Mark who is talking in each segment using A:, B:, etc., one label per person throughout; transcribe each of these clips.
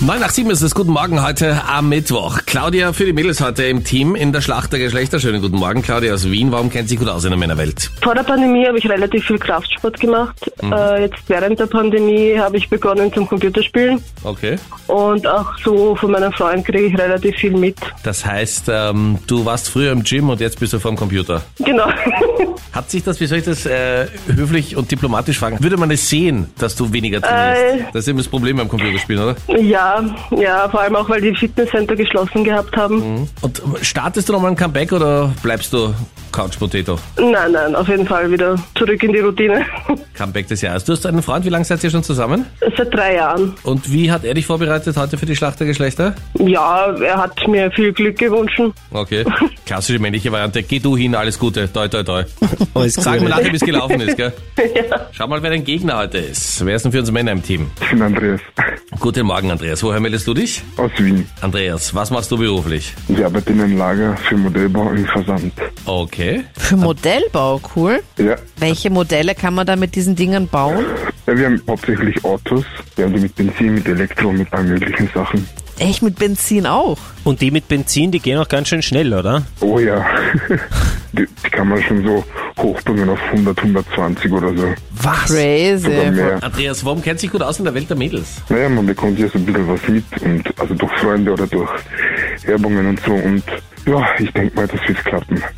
A: 9 nach 7 ist es. Guten Morgen heute am Mittwoch. Claudia für die Mädels heute im Team in der Schlacht der Geschlechter. Schönen guten Morgen, Claudia aus Wien. Warum kennt sie gut aus in der Männerwelt?
B: Vor der Pandemie habe ich relativ viel Kraftsport gemacht. Äh, jetzt während der Pandemie habe ich begonnen zum Computerspielen
A: Okay.
B: und auch so von meinem Freund kriege ich relativ viel mit.
A: Das heißt, ähm, du warst früher im Gym und jetzt bist du vorm Computer.
B: Genau.
A: Hat sich das, wie soll ich das äh, höflich und diplomatisch fragen, würde man es sehen, dass du weniger trainierst?
B: Äh.
A: Das ist eben das Problem beim Computerspielen, oder?
B: ja, ja, vor allem auch, weil die Fitnesscenter geschlossen gehabt haben.
A: Und ähm, startest du nochmal ein Comeback oder bleibst du Couch Potato?
B: Nein, nein, auf jeden Fall wieder zurück in die Routine.
A: Comeback des Jahres. Du hast einen Freund, wie lange seid ihr schon zusammen?
B: Seit drei Jahren.
A: Und wie hat er dich vorbereitet heute für die Schlacht der Geschlechter?
B: Ja, er hat mir viel Glück gewünscht.
A: Okay. Klassische männliche Variante. Geh du hin, alles Gute. Toi, toi, toi.
C: Alles
A: Sag mir
C: Gute.
A: nachher, wie es gelaufen ist, gell?
B: ja.
A: Schau mal, wer dein Gegner heute ist. Wer ist denn für uns Männer im Team?
D: Ich bin Andreas
A: Guten Morgen, Andreas. Woher meldest du dich?
D: aus Wien.
A: Andreas, was machst du beruflich?
D: Ich arbeite in einem Lager für Modellbau und Versand.
A: Okay.
C: Für Modellbau, cool.
D: Ja.
C: Welche Modelle kann man da mit diesen Dingen bauen?
D: ja, wir haben hauptsächlich Autos. Wir haben die mit Benzin, mit Elektro, mit allen möglichen Sachen.
C: Echt mit Benzin auch.
E: Und die mit Benzin, die gehen auch ganz schön schnell, oder?
D: Oh ja, die, die kann man schon so hochbringen auf 100, 120 oder so.
A: Was?
D: Oder
C: Crazy.
D: mehr.
A: Andreas, warum kennt sich gut aus in der Welt der Mädels?
D: Naja, man bekommt hier so ein bisschen was mit. Und also durch Freunde oder durch Werbungen und so. Und ja, ich denke mal, das wird klappen.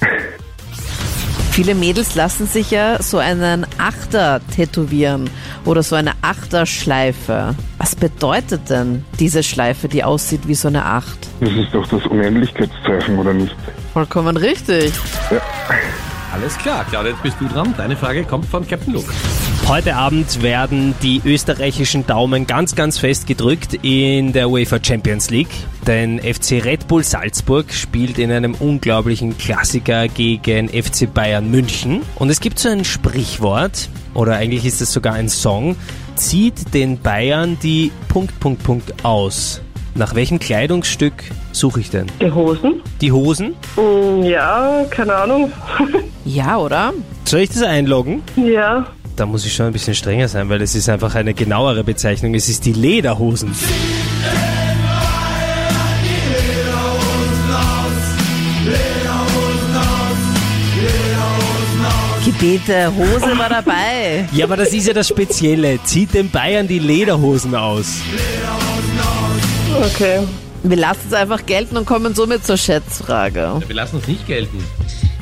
C: Viele Mädels lassen sich ja so einen Achter tätowieren oder so eine Achterschleife. Was bedeutet denn diese Schleife, die aussieht wie so eine Acht?
D: Das ist doch das Unendlichkeitszeichen, oder nicht?
C: Vollkommen richtig.
A: Alles klar, Claudia, jetzt bist du dran. Deine Frage kommt von Captain Luke.
E: Heute Abend werden die österreichischen Daumen ganz, ganz fest gedrückt in der UEFA Champions League. Denn FC Red Bull Salzburg spielt in einem unglaublichen Klassiker gegen FC Bayern München. Und es gibt so ein Sprichwort, oder eigentlich ist es sogar ein Song, zieht den Bayern die Punkt, Punkt, Punkt aus. Nach welchem Kleidungsstück suche ich denn?
B: Die Hosen?
E: Die Hosen?
B: Hm, ja, keine Ahnung.
C: Ja, oder?
E: Soll ich das einloggen?
B: ja.
E: Da muss ich schon ein bisschen strenger sein, weil es ist einfach eine genauere Bezeichnung. Es ist die Lederhosen.
C: Gebete, Hose war dabei.
E: Ja, aber das ist ja das Spezielle. Zieht den Bayern die Lederhosen aus.
B: Okay.
C: Wir lassen es einfach gelten und kommen somit zur Schätzfrage.
A: Wir lassen uns nicht gelten.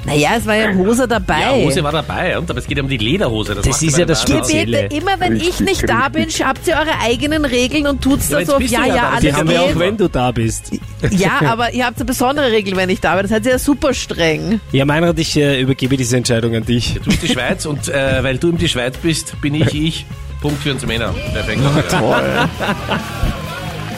C: Naja, es war ja Hose
A: Ja,
C: dabei.
A: Hose war dabei, und, aber es geht um die Lederhose.
E: Das
A: macht
E: ist
A: keine
E: ja das
A: Wahl aus.
E: Spezielle.
C: Gebete, immer wenn ich nicht da bin, habt ihr eure eigenen Regeln und tut's
A: Ja,
C: da
A: aber
C: so auf,
A: jetzt
C: ja,
A: bist du ja
C: ja,
A: da.
C: alles
A: Die
E: Die haben wir
C: geht.
E: auch, wenn du da bist.
C: Also Ja, aber ihr habt eine besondere Regel, wenn ich da bin. Das heißt, ihr seid super streng.
E: Ja, Meinrad, ich äh, übergebe diese Entscheidung an dich.
A: Du bist die Schweiz und äh, weil du in die Schweiz bist, bin ich ich. Punkt für uns Männer. Perfekt.